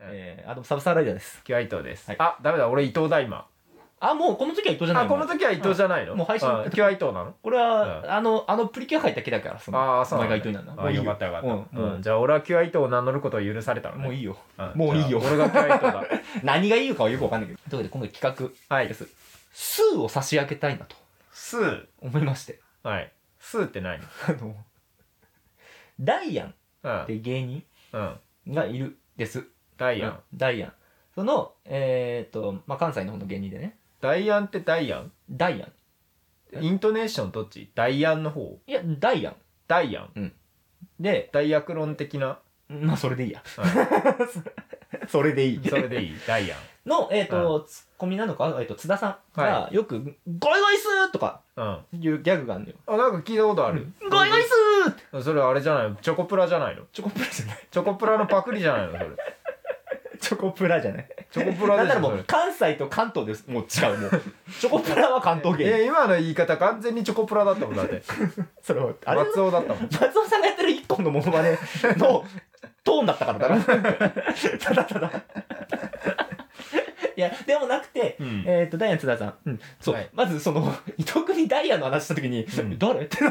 うんえー、あとサブサーライダーです。キュア伊藤です。はいあ、ダメだ、俺伊藤だ、今。あ、もうこの時は伊藤じゃないあ、このもう時は伊藤じゃないの、うんもう配信あキュア伊藤なのこれは、うんあの、あのプリキュア入ったけだから、その、ああ、そうおな前んがだ伊藤になるの。ああよかったよかった。ううんん。じゃあ、俺はキュア伊藤を名乗ることを許されたのうんね。もういいよ。うんもういいよじゃあ俺がキュア伊藤だ。 何がいいかはよくわかんないけど。ということで、今回企は画でい。す。数を差し上げたいなとスー。思いまして。はい。スーって何あの、ダイアンうっん。ていう芸人うん。がいるです。ダダイアン。。ダイアン。その、えーっと、まあ、関西の方の芸人でね。ダイアンってダイアンダイアン。イントネーションどっちダイアンの方いや、ダイアン。ダイアン。で、ダイアクロン的な。まあ、それでいいや。うそれでいんそれでいいダイアン。の、えっ、と、ツッコミなのか、えっ、と、津田さんが、よく、ゴイゴイスーとかうん。いうギャグがあるのよ。あ、なんか聞いたことある。ゴイゴイスーって。それあれじゃないのチョコプラじゃないのチョコプラじゃない。チョコプラのパクリじゃないのそれ。 チョコプラじゃない。チョコプなラんでなしらょもそうれ、。関西と関東です。もう違う、もう。チョコプラは関東いや 芸人。今の言い方完全にチョコプラだったもんだってそれは、 あれ松尾だったもん松尾さんがやってる一本のモノマネのトーンだったから だな。ただただ。いや、でもなくて、うんえっと、ダイアン津田さん。うん。そう。はいまず、その、 伊藤君にダイアンの話したときに、ん誰ってな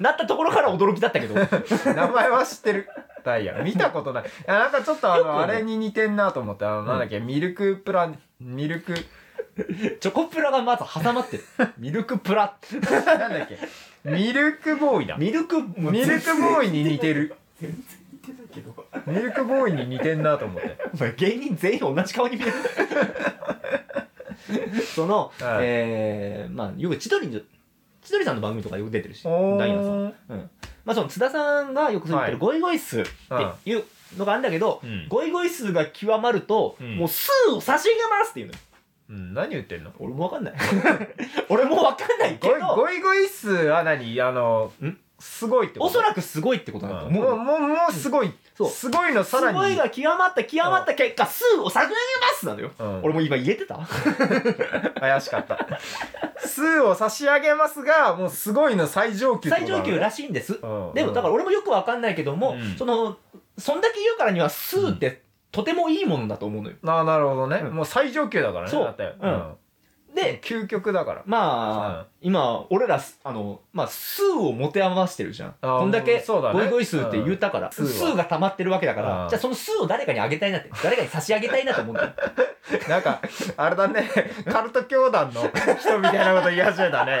なったところから驚きだったけど。 名前は知ってるダイヤ見たことないいやなんかちょっとあよく のねあれに似てんなと思ってあのなんだっけ、ミルクプラミルクチョコプラがまず挟まってる。ミルクプラ。なんだっけミルクボーイだミミルク、ミルクボーイに似てる全然似てないけど。ミルクボーイに似てんなと思ってお前芸人全員同じ顔に見える。 その、はいえー、まあ、よく千鳥に、千鳥さんの番組とかよく出てるし、おダイアンさん。ーうん。まあ、その津田さんがよく言ってはるいゴイゴイスーっていうのがあるんだけど、うんゴイゴイスーが極まると、うんもう数を差し上げますっていうのよ。うん、何言ってんの俺もわかんない。 俺もわかんないけゴイど、ゴイゴイスは何あのんすごいってこおとそらくすごいってことなんだとうん思うもうの。もうもうすごい、そうすごいのすさらにごいが極まった極まった結果、数を差し上げますなのよ。うん俺も今言えてた怪しかった数を差し上げますがもうすごいの最上級ってこ最とだ上ね級らしいんです。うんでもだから俺もよくわかんないけども、うんそのそんだけ言うからには数ってとてもいいものだと思うのよ。ああなるほどね、うんもう最上級だからねそうだって、うんでで究極だからまあ、今俺らすあの、まあ、数を持て余してるじゃん。あーこんだけそうだねゴイゴイ数って言ったから、数は数が溜まってるわけだから、うんじゃあその数を誰かにあげたいなって誰かに差し上げたいなと思うんだよ。なんかあれだねカルト教団の人みたいなこと言い始めたね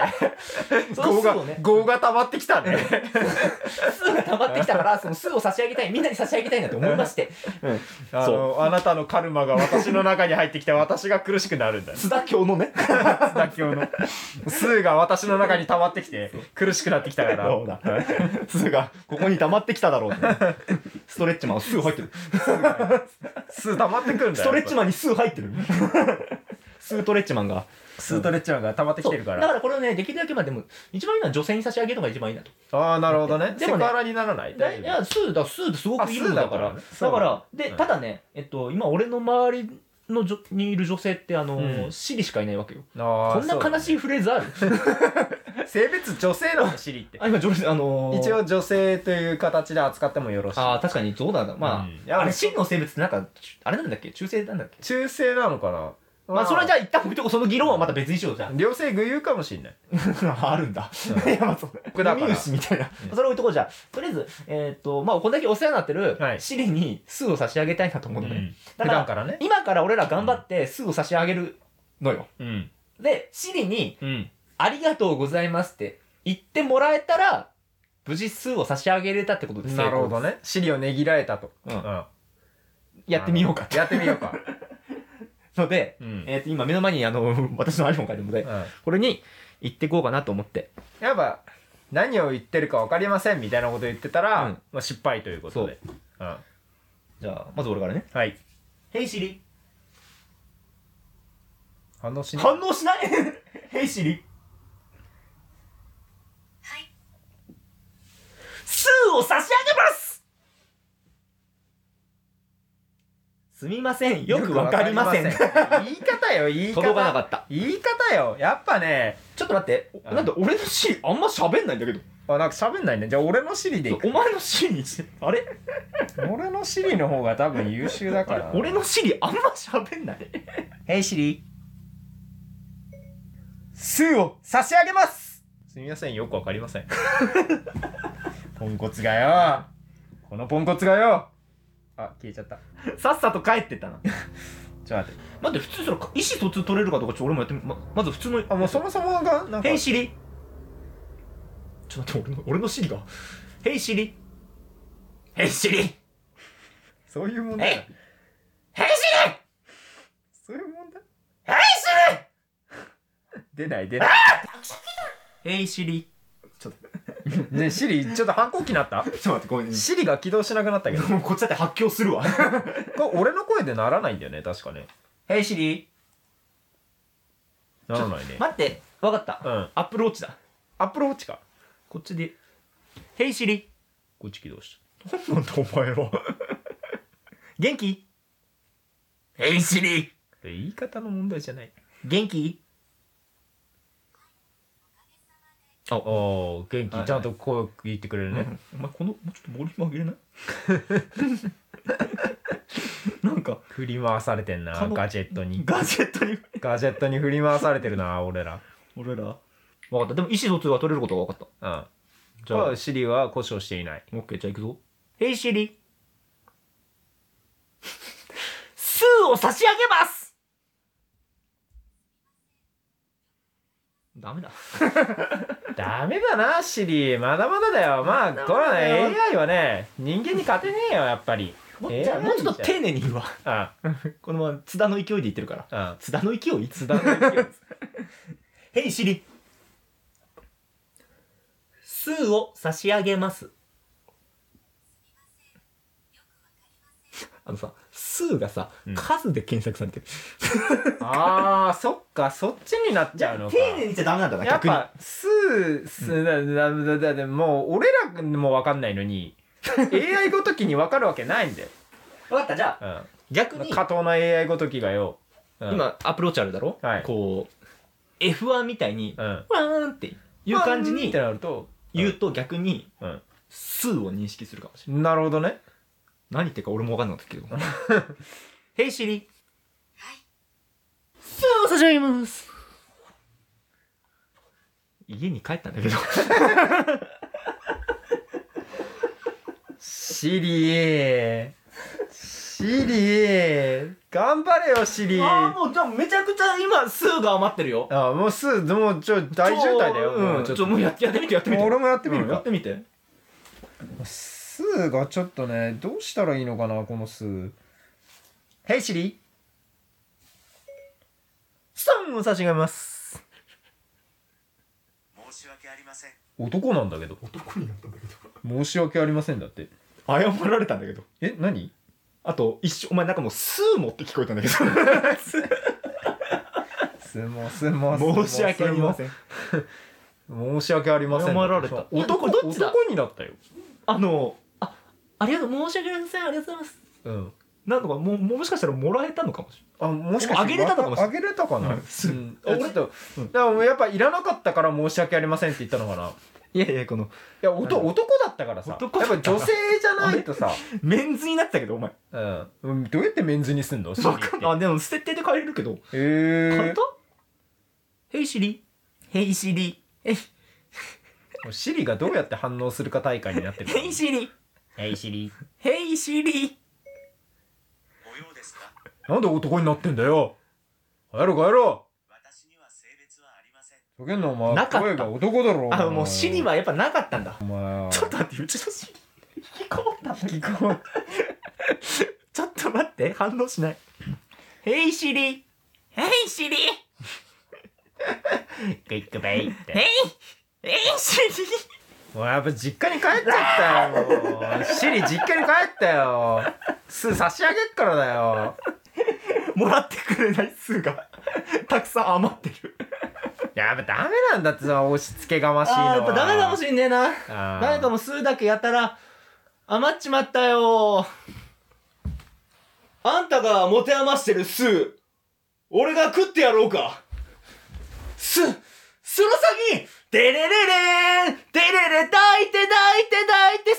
その業数がをね業が溜まってきたね数が溜まってきたからその数を差し上げたいみんなに差し上げたいなって思いまして、あそのあなたのカルマが私の中に入ってきて私が苦しくなるんだよ津田教のね妥協の数が私の中に溜まってきて苦しくなってきたからそうだ数がここに溜まってきただろうってストレッチマン数入ってる。数溜まってくるんだよストレッチマンに数入ってるスートレッチマンがスートレッチマンが溜まってきてるだから。からこれをねできるだけまあでも一番いいのは女性に差し上げるのが一番いいなとああ、なるほどね。でセもクねハラにならない。だ大い丈やスーだスーってすごくいいものだからあだスーかだかららで、うんただねえっと今俺の周りの女にいる女性ってあのー、うんシリしかいないわけよ夫。ああこんな悲い。しいフレーズある性別女性なの、シリって。あ今女性あのー、一応女性という形で扱ってもよろしああい。確かにそうだなまあ、うんあれ真の性別ってなんかあれなんだっけ中性なんだっけ中性なのかなまあそれはじゃあゃ一旦置いとこうその議論はまた別にしよう じゃん両性具有かもしれない。あるんだ。うんいや、まあ、そう。僕だから耳みたいな。うそんれ置いとこうじゃあ。とりあえず、えっ、と、まあ、こんだけお世話になってる、はいシリに数を差し上げたいなと思うのね。うんだか普ら段からね。今から俺ら頑張って数を差し上げるのよ。うん。で、シリに、うん。ありがとうございますって言ってもらえたら、無事数を差し上げれたってことですなるほど。ね。シリをねぎらえたと。うんうんやってみようか。やってみよ うか。ので、うんえっ、と、今目の前にあの、 私の iPhone がいるのうで、んこれに行ってこうかなと思って。やっぱ、何を言ってるか分かりませんみたいなこと言ってたうらん、まあ失敗ということで。うんじゃあ、まず俺からね。はい。ヘイシリ。反応しない反応しない ヘイシリ。はい数を差し上げますすみませんよくわかりません よくわかりません言い方よ言い方届かなかった言い方よやっぱねちょっと待っておうんなんで俺のシーンあんま喋んないんだけどああなんか喋んないねじゃあ俺の尻でいそうくお前の尻にしてあれ俺の尻の方が多分優秀だかあれ ら俺の尻あんま喋んないヘイシリスーを差し上げますすみませんよくわかりません ポンコツがよこのポンコツがよあ消えちゃったさっさと帰ってったなちょっと待って待って普通その意思疎通取れるかとかちょっと俺もやってみままず普通のあもうそもそもがなんかヘイシリちょっと待って俺の俺の尻がヘイシリヘイシリヘイシそういう問題だえリそういう問題ヘイシリ出ない出ないヘイシリちょっと ねえシリちょっと反抗期になったちょっと待ってごめんシリが起動しなくなったけどもう こっちだって発狂するわ これ俺の声でならないんだよね確かねヘイシリならないね待ってわかったうんアップルウォッチだアップローチかこっちでヘイシリこっち起動した何なんだお前は元気ヘイシリ言い方の問題じゃない元気ああ元はい気ちゃんと声言ってくれるねお前このもうちょっとボリューム上げれない なんか振り回されてんなかのガジェットにガジェットにガジェットに振り回されてるな俺ら俺ら分かったでも意思疎通は取れることが分かっうんたじゃあシリは故障していないオッケーじゃあ行くぞヘイシリスーを差し上げますダメだダメだなシリまだまだだよまあまだこれまはだよね AI はね人間に勝てねえよやっぱりもうえーじゃあもうちょっと丁寧に言うわあこのまま津田の勢いで言ってるからあ津田の勢い津津田の勢いヘイシリスーを差し上げますあのさ、スーがさ、うん数で検索されてる。あーそっかそっちになっちゃうのか丁寧に言っちゃダメなんだな、やっ逆に。ぱスースーだだだだだもう俺らも分かんないのに AI ごときに分かるわけないんだよ、わかった、じゃあ、うんま逆あに、過当な AI ごときがよ、うん、今、アプローチあるだろ、はいこう、F1 みたいに、うんワーンっていう感じパンっにてなると言うと逆に、うんスーを認識するかもしれない。なるほどね何言ってるか俺も分かんなかった けど。ヘイシリ。スーを差し上げます。家に帰ったんだけ ど。シリーシリー頑張れよシリああ、ーもう、じゃあめちゃくちゃ今、スーが余ってるよ。あもうスーもうちょ大渋滞だようもん、うちちょょっとっともうやってやってみて、やってみて。俺もやってみるやっかてみて。スーがちょっとねどうしたらいいのかなこのスーヘイシリースタンを差し上げます申し訳ありません男なんだけど男になったんだけど。申し訳ありませんだって謝られたんだけど。え何あと、一瞬、お前なんかもう、スーもって聞こえたんだ け相撲相撲ど。申し訳ありまんせん。申し訳ありません謝られた男どっちだ男になったよあの、あ、ありがとう、申し訳ありません、ありがとうございます。うんなんとか、もう、もしかしたらもらえたのかもしれない。あもしかしてあげれたのかもしれあげれたかな、ううんん、俺俺ちょっと、うんだからもうやっぱいらなかったから申し訳ありませんって言ったのかないやいや、この、や男うん男だったからさ男だったやっぱ女性じゃないとさ、メンズになってたけど、お 前。うんうん、どうやってメンズにすんのわかんない。あ、でも、設定で変えれるけど。え変えーた、ヘイシリヘイシリもうシリがどうやって反応するか大会に なってるヘイシリヘイシリヘイシリ模様ですかなんで男になってんだよやろうかやろ私には性別はありませんうふざけんなお前なかった声が男だろお前あ、もうシリはやっぱなかったんだ。お前ちょっと待って、うちのシリ、引きこもったんだけど。聞こうちょっと待って、反応しない。ヘイシリヘイシリクイックベイっヘイて。ヘイシリもうやっぱ実家に帰っちゃったよ。もうシリ実家に帰ったよ。す差し上げっからだよ。もらってくれない数が、たくさん余ってる。やっぱダメなんだってさ、押し付けがましいのあは。ー、やっぱダメかもししんねえな。れな誰かも。も数だけやたら余っちまったよあんたが持て余してる数俺が食ってやろうかすその先デレレレーンデレレ抱いて抱いて抱いて